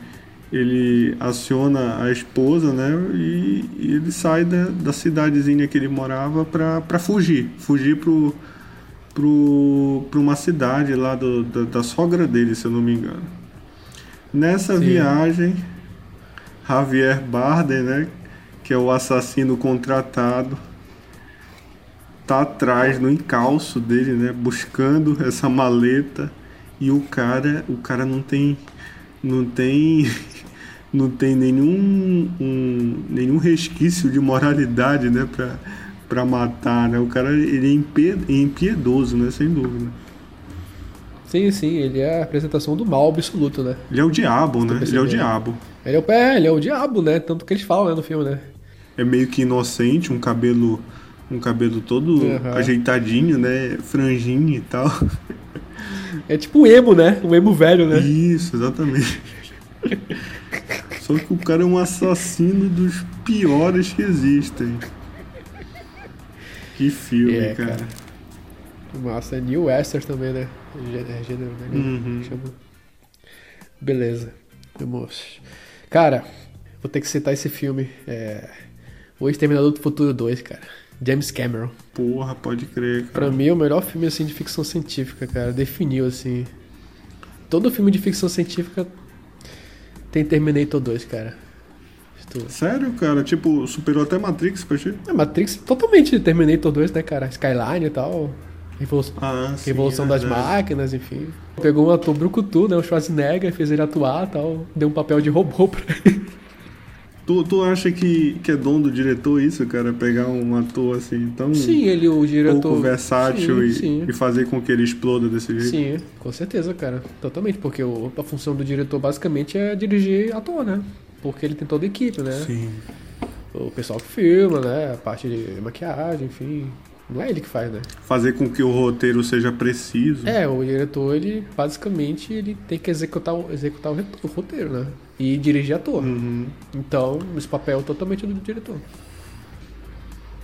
B: ele aciona a esposa, né? E, e ele sai da, da cidadezinha que ele morava para fugir, fugir pro pro para uma cidade lá do, da, da sogra dele, se eu não me engano. Nessa viagem, Javier Bardem, né, que é o assassino contratado, tá atrás no encalço dele, né, buscando essa maleta e o cara, o cara não tem não tem não tem nenhum um- nenhum resquício de moralidade, né, para para matar, né? O cara ele é impie- impiedoso, né, sem dúvida.
A: Sim, sim, ele é a apresentação do mal absoluto, né?
B: Ele é o diabo, né? Ele é o
A: percebendo.
B: diabo.
A: Ele é o pé, ele é o diabo, né? Tanto que eles falam, né, no filme, né?
B: é meio que inocente, um cabelo um cabelo todo
A: Aham.
B: ajeitadinho, né, franjinho e tal.
A: É tipo um emo, né? Um emo velho, né?
B: Isso, exatamente. Só que o cara é um assassino dos piores que existem. Que filme,
A: É,
B: cara.
A: cara. Massa, é New Western também, né? Gê- é Gênero, né?
B: Uhum.
A: Chama. Beleza. Vamos. Cara, vou ter que citar esse filme. É... O Exterminador do Futuro 2, cara. James Cameron.
B: Porra, pode crer, cara.
A: Pra mim é o melhor filme assim de ficção científica, cara. Definiu assim. Todo filme de ficção científica tem Terminator 2, cara. Estou...
B: Sério, cara? Tipo, superou até Matrix pra ti?
A: A é Matrix totalmente Terminator 2, né, cara? Skyline e tal. Revolução,
B: Ah, sim,
A: Revolução das
B: verdade.
A: máquinas, enfim. Pegou um ator brucutu, né? O Schwarzenegger, fez ele atuar tal. Deu um papel de robô <laughs> pra ele.
B: Tu, tu acha que, que é dom do diretor isso, cara? Pegar um ator assim tão
A: Sim, ele, o diretor.
B: pouco versátil
A: Sim,
B: e,
A: sim.
B: e fazer com que ele exploda desse jeito?
A: Sim, com certeza, cara. Totalmente, porque o- a função do diretor basicamente é dirigir ator, né? Porque ele tem toda a equipe, né?
B: Sim.
A: O pessoal que filma, né? A parte de maquiagem, enfim. Não é ele que faz, né?
B: Fazer com que o roteiro seja preciso.
A: É, o diretor, ele basicamente ele tem que executar, o- executar o, re- o roteiro, né? E dirigir ator.
B: Uhum.
A: Então, esse papel é totalmente do diretor.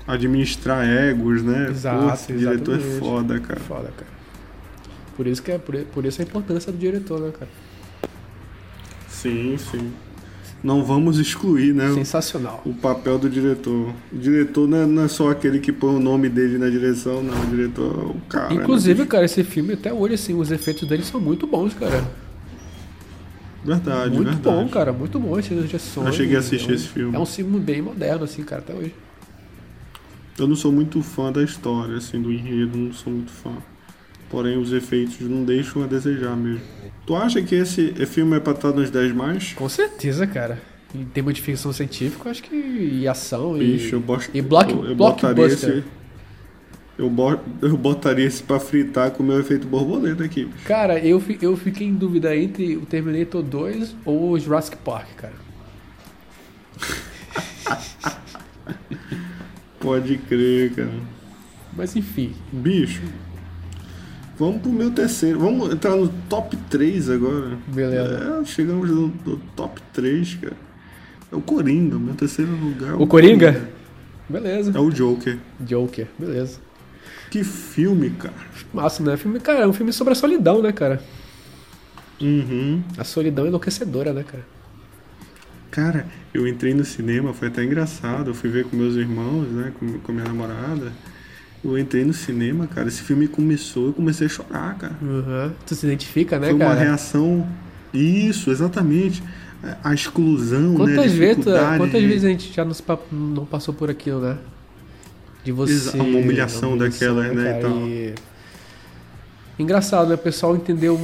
B: Administrar egos, né?
A: Exato,
B: Pô, esse diretor é
A: exatamente.
B: foda, cara.
A: Foda, cara. Por isso que é por, por isso a importância do diretor, né, cara?
B: Sim, sim. Não vamos excluir, né?
A: Sensacional.
B: O papel do diretor. O diretor não é, não é só aquele que põe o nome dele na direção, não. O diretor é o cara. né,
A: Inclusive, cara, esse filme até hoje, assim, os efeitos dele são muito bons, cara.
B: bicho? Verdade,
A: muito
B: É verdade.
A: bom, cara. Muito bom esse de som.
B: Eu cheguei a assistir
A: é um,
B: esse filme.
A: É um filme bem moderno, assim, cara, até hoje.
B: Eu não sou muito fã da história, assim, do enredo, não sou muito fã. Porém, os efeitos não deixam a desejar mesmo. Tu acha que esse filme é pra estar nos 10 mais?
A: Com certeza, cara. Em termos de ficção científica, eu acho que. E ação e.
B: Bicho, eu, bost...
A: e block-
B: eu, eu botaria
A: blockbuster.
B: esse. Eu, bo- eu botaria esse pra fritar com o meu efeito borboleta aqui. bicho.
A: Cara, eu, fi- eu fiquei em dúvida entre o Terminator 2 ou o Jurassic Park, cara.
B: Pode crer, cara.
A: Mas enfim.
B: Bicho. Vamos pro meu terceiro. Vamos entrar no top 3 agora.
A: Beleza.
B: É, chegamos no, no top 3, cara. É o Coringa, meu terceiro lugar. é
A: O Coringa? Beleza.
B: É o Joker.
A: Joker, beleza.
B: Que filme, cara.
A: Massa, né? Filme, cara, é um filme sobre a solidão, né, cara?
B: Uhum.
A: A solidão enlouquecedora, né, cara?
B: Cara, eu entrei no cinema, foi até engraçado. Eu fui ver com meus irmãos, né? Com, com minha namorada. Eu entrei no cinema, cara. Esse filme começou, eu comecei a chorar, cara.
A: Uhum. Tu se identifica, né,
B: foi uma
A: cara?
B: reação. Isso, exatamente. A, a exclusão, né? a
A: Quantas, vezes,
B: dificuldade
A: quantas
B: de-
A: vezes a gente já nos pa- não passou por aquilo, né? De você.
B: Exa- uma humilhação daquela, né, e
A: cara,
B: tal.
A: e- Engraçado, né? O pessoal entendeu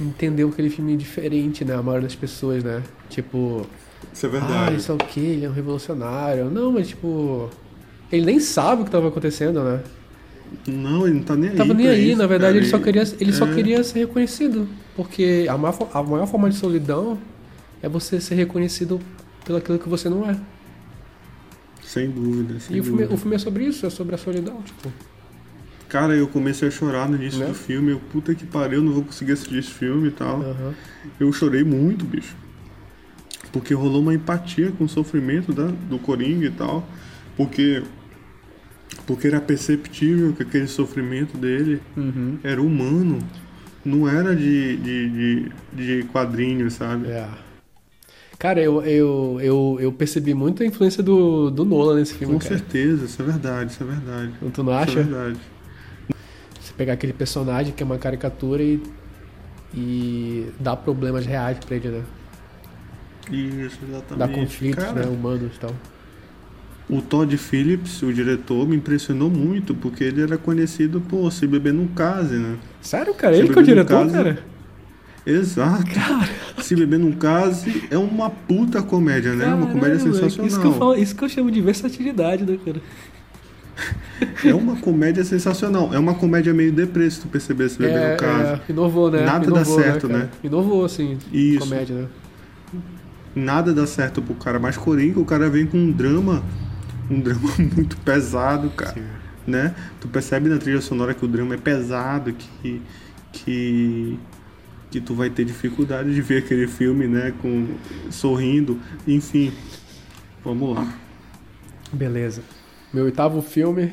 A: entendeu aquele filme diferente, né? A maioria das pessoas, né? Tipo,
B: Isso é
A: ah,
B: verdade.
A: isso é o quê? Ele é um revolucionário. Não, mas tipo. Ele nem sabe o que tava acontecendo, né?
B: Não, ele não tá nem aí.
A: Tava nem
B: pra
A: aí,
B: isso,
A: na verdade,
B: cara.
A: ele só queria, ele só
B: É.
A: queria ser reconhecido. Porque a maior, fo- a maior forma de solidão é você ser reconhecido pelo aquilo que você não é.
B: Sem dúvida, sem
A: E o filme,
B: dúvida.
A: o filme é sobre isso, é sobre a solidão, tipo.
B: Cara, eu comecei a chorar no início
A: Né?
B: do filme. Eu, puta que pariu, não vou conseguir assistir esse filme e tal.
A: Aham.
B: Eu chorei muito, bicho. Porque rolou uma empatia com o sofrimento da, do Coringa e tal. Porque, porque era perceptível que aquele sofrimento dele era humano. Não era de, de, de, de quadrinho, sabe?
A: É. Cara, eu, eu, eu, eu percebi muito a influência do, do Nolan nesse filme,
B: Com
A: cara.
B: certeza, isso é verdade, isso é verdade. Isso
A: Tu não
B: é
A: acha?
B: verdade.
A: Você pegar aquele personagem que é uma caricatura e, e dar problemas reais pra ele, né?
B: Isso,
A: Dar
B: exatamente.
A: conflitos
B: Cara,
A: né, humanos e tal.
B: O Todd Phillips, o diretor, me impressionou muito, porque ele era conhecido por se beber num case, né?
A: Sério, cara?
B: Se
A: Ele que é o
B: beber num
A: diretor,
B: case-
A: cara?
B: Exato. Se beber num case é uma puta comédia, né? uma comédia
A: Caralho, moleque.
B: sensacional.
A: é Isso que, eu falo, isso que eu chamo de versatilidade, né, cara?
B: É uma comédia sensacional. É uma comédia meio depressa, se tu perceber se beber num case.
A: é, inovou, né?
B: Nada dá
A: inovou,
B: certo,
A: cara?
B: né?
A: Inovou, assim,
B: Isso.
A: comédia, né?
B: Nada dá certo pro cara, mas Coringa, o cara vem com um drama, um drama <laughs> muito pesado, cara. Né? Tu percebe na trilha sonora que o drama é pesado, que que que tu vai ter dificuldade de ver aquele filme, né, com sorrindo, enfim. Vamos lá.
A: Beleza. Meu oitavo filme.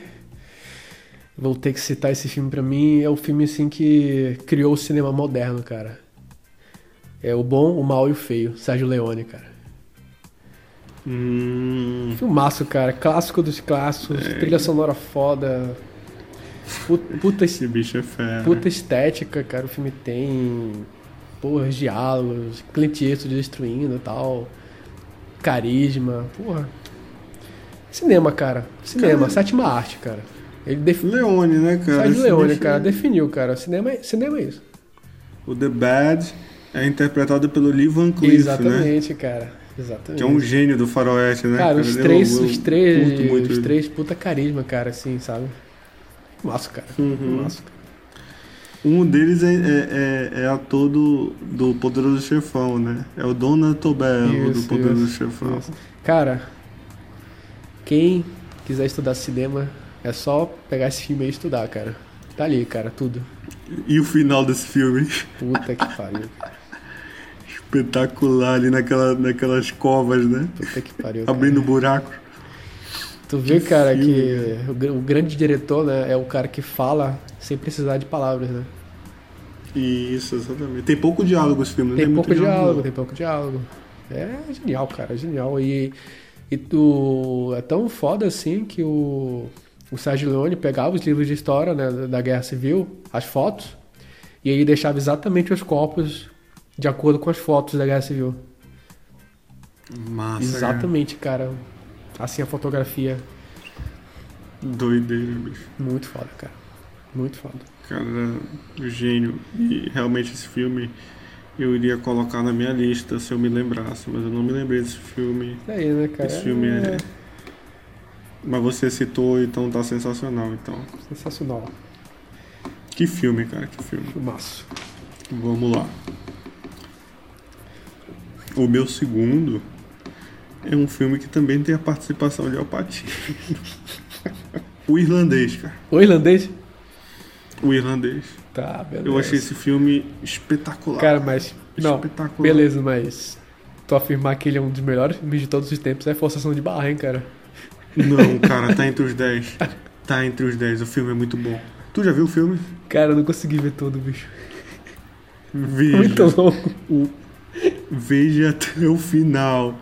A: Vou ter que citar esse filme pra mim. É o filme assim que criou o cinema moderno, cara. É o bom, o mal e o feio. Sérgio Leone, cara.
B: Hum,
A: Filmaço, cara. Clássico dos clássicos.
B: É.
A: Trilha sonora foda. Pu- Puta,
B: esse bicho é fera.
A: puta estética, cara. O filme tem. Porra, diálogos. Clint Eastwood destruindo e tal. Carisma. Porra. Cinema, cara. Cinema.
B: Cara.
A: Sétima arte, cara. Ele definiu.
B: Leone, né, cara?
A: Sérgio
B: Esse
A: Leone,
B: bicho
A: cara,
B: é-
A: definiu, cara. Cinema é, cinema é isso.
B: O The Bad é interpretado pelo Lee Van Cleef, né?
A: Exatamente, cara. Exatamente.
B: Que é um gênio do faroeste, né?
A: Cara, os
B: Eu-
A: três,
B: eu
A: os três,
B: curto muito
A: os
B: ele.
A: três, puta carisma, cara, assim, sabe? Massa, cara.
B: Uhum.
A: Massa, cara.
B: Um deles é, é, é, é ator do, do Poderoso Chefão, né? É o Dona Tobello do
A: Isso,
B: Poderoso
A: isso,
B: Chefão.
A: isso. Cara, quem quiser estudar cinema, é só pegar esse filme aí e estudar, cara. Tá ali, cara, tudo.
B: E o final desse filme, <laughs>
A: Puta que pariu, cara.
B: espetacular ali naquela, naquelas covas, né?
A: Puta que pariu. Cara.
B: Abrindo buracos.
A: Tu vê, cara,
B: filme,
A: que o gr- o grande diretor, né, é o cara que fala sem precisar de palavras, né?
B: Isso, exatamente. Tem pouco diálogo esse filme, não
A: Tem
B: é muito
A: pouco diálogo,
B: não.
A: tem pouco diálogo. É genial, cara, genial. E, e tu, é tão foda assim que o, o Sérgio Leone pegava os livros de história né, da- da Guerra Civil, as fotos, e aí deixava exatamente os corpos de acordo com as fotos da Guerra Civil.
B: Massa, cara.
A: exatamente, cara. Assim a fotografia.
B: Doideira, bicho.
A: Muito foda, cara. Muito foda.
B: Cara, gênio. E realmente esse filme eu iria colocar na minha lista se eu me lembrasse, mas eu não me lembrei desse filme.
A: É aí, né, cara?
B: Esse filme é. Mas você citou, então tá sensacional, então.
A: Sensacional.
B: Que filme, cara, que filme.
A: Filmaço.
B: Vamos lá. O meu segundo é um filme que também tem a participação de Alpatino. <laughs> o irlandês, cara.
A: O irlandês?
B: O irlandês.
A: Tá, beleza.
B: Eu achei esse filme espetacular.
A: Cara, mas. Não,
B: espetacular.
A: beleza, mas. Tu afirmar que ele é um dos melhores filmes de todos os tempos é forçação de barra, hein, cara?
B: Não, cara, tá entre os 10. Tá entre os 10. O filme é muito bom. Tu já viu o filme?
A: Cara, eu não consegui ver tudo, bicho.
B: Veja.
A: Muito longo.
B: Veja até o final.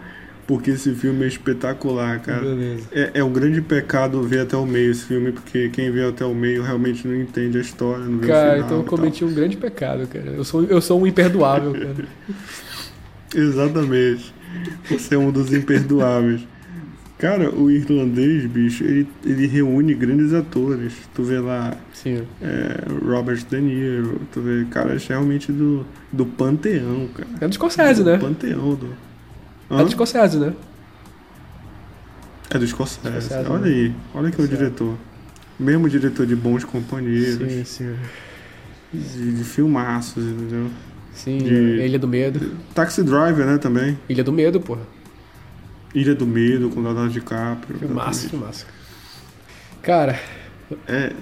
B: Porque esse filme é espetacular, cara.
A: Beleza.
B: É, é um grande pecado ver até o meio esse filme, porque quem vê até o meio realmente não entende a história, não vê o
A: Cara,
B: final.
A: então eu
B: e
A: cometi um grande pecado, cara. Eu sou, eu sou um imperdoável, cara.
B: tal. Exatamente. Você é um dos um imperdoáveis. Cara, o irlandês, bicho, ele, ele reúne grandes atores. Tu vê lá
A: Sim.
B: é, Robert De Niro, tu vê caras realmente do, do panteão, cara.
A: É do Scorsese,
B: do
A: né?
B: Panteão do.
A: É
B: Hã?
A: do Scorsese, né?
B: É do Scorsese.
A: Scorsese,
B: olha
A: né?
B: aí, olha que é o
A: Scorsese.
B: diretor. Mesmo diretor de bons
A: Sim,
B: companheiros,
A: sim.
B: de, de filmaços, entendeu?
A: Sim,
B: De-
A: Ilha do Medo.
B: Taxi Driver, né, também.
A: Ilha do Medo, porra.
B: Ilha do Medo, com Leonardo DiCaprio.
A: Filmaço, filmaço. Cara,
B: É,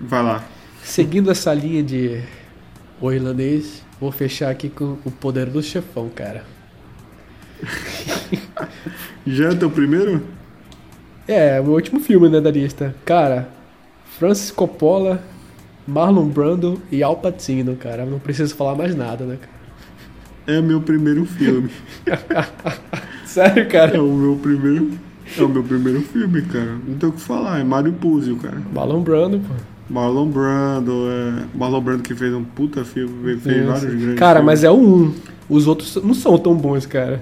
B: vai lá.
A: seguindo essa linha de o irlandês, vou fechar aqui com o poder do chefão, cara.
B: Já é teu primeiro?
A: É, o meu último filme, né, da lista. Cara, Francis Coppola, Marlon Brando e Al Pacino, cara. Não preciso falar mais nada, né, cara?
B: É meu primeiro filme.
A: <laughs> Sério, <laughs>
B: É
A: cara.
B: o meu primeiro. É o meu primeiro filme, cara. Não tem o que falar. É Mário Puzo, cara.
A: Marlon Brando, pô.
B: Marlon Brando, é. Marlon Brando que fez um puta filme, fez vários grandes.
A: Cara, mas é o um. Os outros não são tão bons, cara.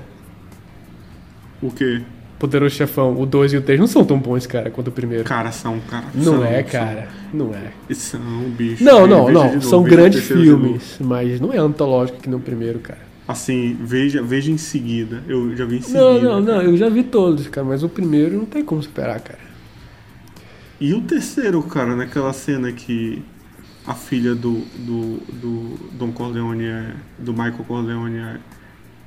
A: é-
B: O quê?
A: Poderoso Chefão, o 2 e o 3 não são tão bons, cara, quanto o primeiro.
B: Cara, são, cara.
A: não
B: são,
A: é,
B: são.
A: cara. Não é.
B: São, bicho.
A: Não,
B: Veja
A: não, não.
B: de novo,
A: São
B: veja
A: grandes
B: terceiro de novo.
A: filmes, mas não é antológico que no primeiro, cara.
B: Assim, veja, veja em seguida. Eu já vi em seguida.
A: Não, não, não.
B: cara.
A: Eu já vi todos, cara, mas o primeiro não tem como superar, cara.
B: E o terceiro, cara, naquela cena que a filha do, do, do Don Corleone, é- do Michael Corleone, é-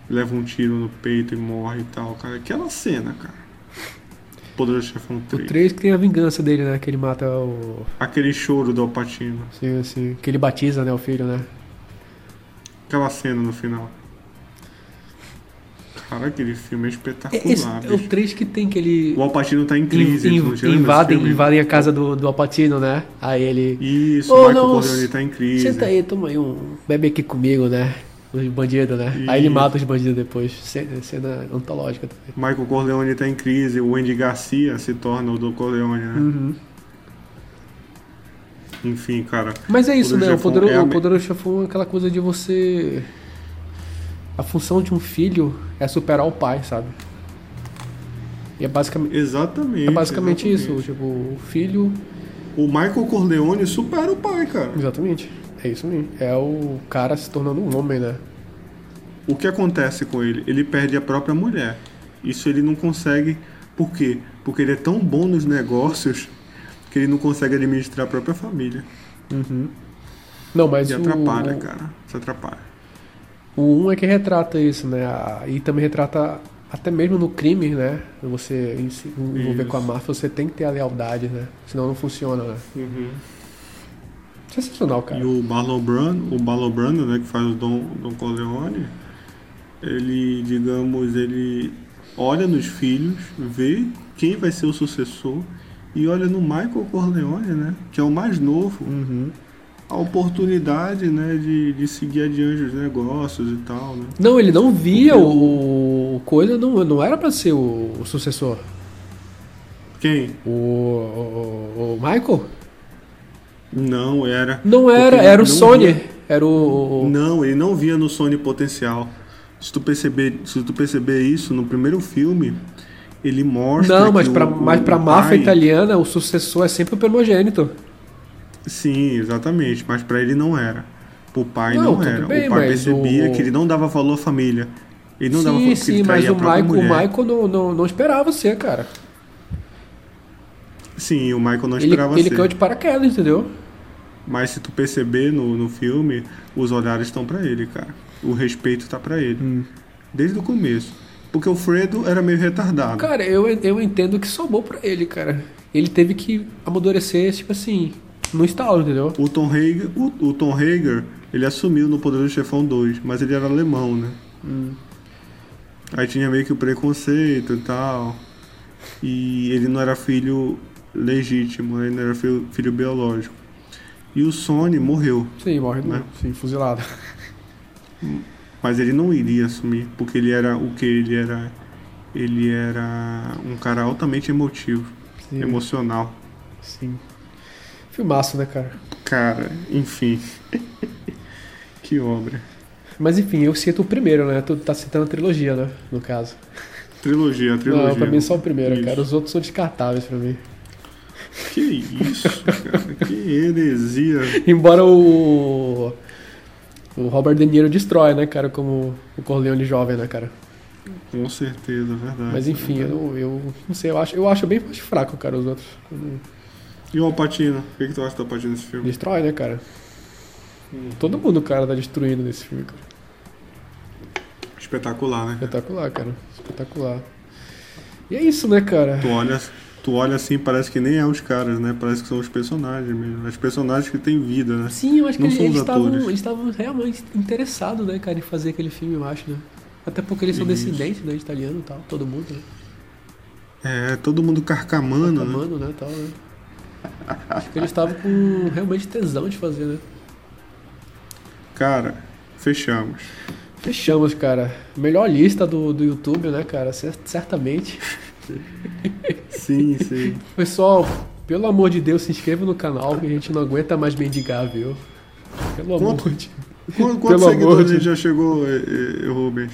B: leva um tiro no peito e morre e tal, cara. Aquela cena, cara. Poderoso Chefão
A: O
B: 3.
A: 3 que tem a vingança dele, né? Que ele mata o.
B: Aquele choro do Alpatino.
A: Sim, assim. Que ele batiza, né? O filho, né?
B: Aquela cena no final. Cara, aquele filme é espetacular,
A: É, esse, é o
B: bicho.
A: 3 que tem que ele.
B: O Alpatino tá em
A: in-
B: crise. tu não te
A: in-
B: lembra desse
A: invadem,
B: filme?
A: invadem a casa do, do Alpatino, né? Aí ele.
B: Isso,
A: Ô,
B: Michael
A: não,
B: Corleone tá em crise.
A: Senta aí, toma aí um. Bebe aqui comigo, né? Os bandidos, né? Aí ele
B: Isso.
A: mata os bandidos depois. Cena, cena antológica também.
B: Michael Corleone tá em crise, o Andy Garcia se torna o do Corleone, né?
A: Hum. Uhum.
B: Enfim, cara.
A: Mas é isso,
B: Poder
A: né? O
B: Chefão
A: poder,
B: é a
A: o
B: me-
A: poder chefão é aquela coisa de você. A função de um filho é superar o pai, sabe? E é basicamente,
B: Exatamente.
A: é basicamente isso.
B: exatamente.
A: Tipo, o filho.
B: O Michael Corleone supera o pai, cara.
A: Exatamente. É isso mesmo. É o cara se tornando um homem, né?
B: O que acontece com ele? Ele perde a própria mulher. Isso ele não consegue. Por quê? Porque ele é tão bom nos negócios que ele não consegue administrar a própria família.
A: Não, mas
B: Uhum. E
A: o,
B: atrapalha, cara. Se atrapalha.
A: o um é que retrata isso, né? A- E também retrata até mesmo no crime, né? Você em se envolver
B: Isso.
A: com a máfia, você tem que ter a lealdade, né? Senão não funciona, né? Sensacional, cara.
B: E o Marlon Brando, o Marlon Brando, né, que faz o Don, Don Corleone, ele, digamos, ele olha nos filhos, vê quem vai ser o sucessor e olha no Michael Corleone, né, que é o mais novo, a oportunidade, né, de, de seguir adiante os negócios e tal, né.
A: Não, ele não via o, o coisa, não, não era pra ser o, o sucessor.
B: Quem?
A: O, o- o Michael?
B: Não era.
A: Não
B: Porque
A: era,
B: ele
A: era o
B: não
A: Sony.
B: via-
A: Era o. o-
B: Não, ele não via no Sony potencial. Se tu perceber, se tu perceber isso no primeiro filme, ele mostra.
A: Não, mas
B: que
A: pra,
B: o-
A: mas
B: o
A: pra máfia tá
B: pai-
A: italiana, o sucessor é sempre o primogênito.
B: Sim, exatamente. Mas pra ele não era. Pro pai não,
A: Não, tudo
B: era.
A: bem,
B: o pai
A: mas
B: percebia
A: o-
B: que ele não dava valor à família. Ele não dava valor
A: sim,
B: porque ele
A: sim, mas
B: traía
A: o
B: a própria
A: Michael, o
B: mulher.
A: Michael não, não, não esperava você, cara.
B: Sim, o Michael não
A: Ele,
B: esperava
A: ele
B: ser.
A: caiu de paraquedas, entendeu?
B: Mas se tu perceber no, no filme, os olhares estão pra ele, cara. O respeito tá pra ele.
A: Hum.
B: Desde o começo. Porque o Fredo era meio retardado.
A: Cara, eu, eu entendo que sobrou pra ele, cara. Ele teve que amadurecer, tipo assim, no estalo, entendeu?
B: O Tom Hager, o, o Tom Hager, ele assumiu no Poder do Chefão 2, mas ele era alemão, né? Aí tinha meio que o preconceito e tal. E ele não era filho legítimo, ele não era filho, filho biológico. E o Sony morreu,
A: Sim, morre,
B: Né?
A: sim, fuzilado.
B: mas ele não iria assumir, porque ele era o que ele era, ele era um cara altamente emotivo,
A: Sim.
B: emocional.
A: Sim. Filmaço, né, cara?
B: Cara, enfim. <laughs> que obra.
A: Mas enfim, eu cito o primeiro, né? Tu tá citando a trilogia, né? No caso.
B: Trilogia, a trilogia.
A: Não, pra mim é só o primeiro,
B: Isso.
A: cara. Os outros são descartáveis pra mim.
B: Que isso, cara. Que heresia.
A: Embora o. O Robert De Niro destrói, né, cara? Como o Corleone jovem, né, cara?
B: Com certeza, verdade.
A: Mas enfim, eu,
B: verdade.
A: não- eu não sei, eu acho, eu acho bem mais fraco, cara, os outros. Eu não-
B: E o Alpatino? O que, que tu acha do Alpatino nesse filme?
A: Destrói, né, cara?
B: Hum.
A: Todo mundo, cara, tá destruindo nesse filme, cara.
B: Espetacular, né?
A: Espetacular, cara. Espetacular. E é isso, né, cara?
B: Tu olha, tu olha assim, parece que nem é os caras, né? Parece que são os personagens mesmo. Os personagens que têm vida, né?
A: Sim, eu acho que
B: Não
A: eles
B: são os
A: eles estavam
B: atores.
A: eles estavam realmente interessados, né, cara, em fazer aquele filme, eu acho, né? Até porque eles são
B: Isso.
A: descendentes, né, de italiano e tal, todo mundo, né?
B: É, todo mundo carcamando, né?
A: Mano, né, tal, né? Acho que eles estavam com realmente tesão de fazer, né?
B: Cara, fechamos.
A: Fechamos, cara. Melhor lista do, do YouTube, né, cara? Cer- Certamente.
B: Sim, sim.
A: Pessoal, pelo amor de Deus, se inscreva no canal que a gente não aguenta mais mendigar, viu? Pelo amor
B: Quanto-
A: de
B: Quanto- Quantos
A: Pelo amor
B: seguidores
A: de-
B: ele já chegou, eh, eh, Rubens?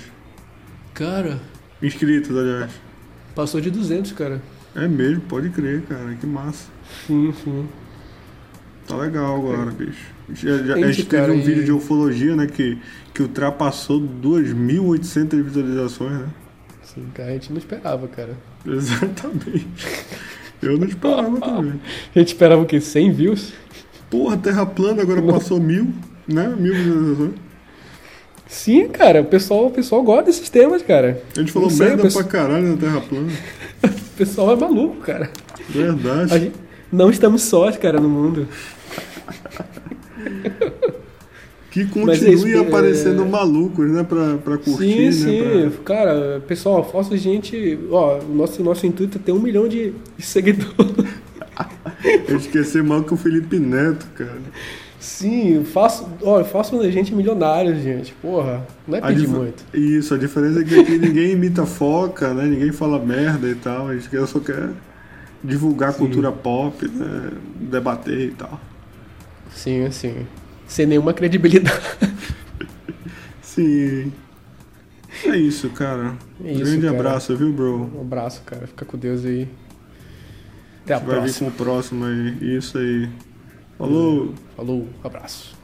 A: Cara,
B: Inscritos, aliás.
A: passou de 200, cara.
B: É mesmo, pode crer, cara. Que massa.
A: Sim, sim.
B: Tá legal agora, bicho. Já, já, a
A: Gente,
B: gente teve
A: cara,
B: um
A: e-
B: vídeo de ufologia, né? Que, que ultrapassou 2.800 visualizações, né? <laughs>
A: Sim, cara, a gente não esperava, cara.
B: Exatamente. Eu não esperava também.
A: A gente esperava o quê? 100 views?
B: Porra, Terra plana agora passou mil, né? Mil visualizações.
A: Sim, cara, o pessoal, o pessoal gosta desses temas, cara.
B: A gente falou
A: Não sei,
B: merda
A: mas-
B: pra caralho na Terra plana.
A: O pessoal é maluco, cara.
B: Verdade.
A: A gente- não estamos sós, cara, no mundo.
B: Que
A: Mas é isso,
B: continue
A: é-
B: aparecendo malucos, né? Pra, pra curtir,
A: sim,
B: né?
A: sim. Cara, pessoal, faça a gente. Ó, o nosso, nosso intuito é ter um milhão de, de seguidores.
B: Pra... Eu esqueci mal que o Felipe Neto, cara.
A: <laughs> Sim, faço, ó, façam a gente milionário, gente. Porra, não é
B: A
A: pedir
B: dif-
A: muito.
B: Isso, a diferença é que aqui ninguém imita foca, né? Ninguém fala merda e tal. A gente quer- só quer divulgar cultura pop, né? Debater e tal.
A: Sim, sim. Sem nenhuma credibilidade. <laughs>
B: Sim. É isso, cara.
A: É isso,
B: Grande
A: cara.
B: abraço, viu, bro?
A: Um abraço, cara. Fica com Deus aí. Até a
B: Vai vir
A: próxima.
B: com o próximo aí. Isso aí. Falou!
A: Falou, abraço.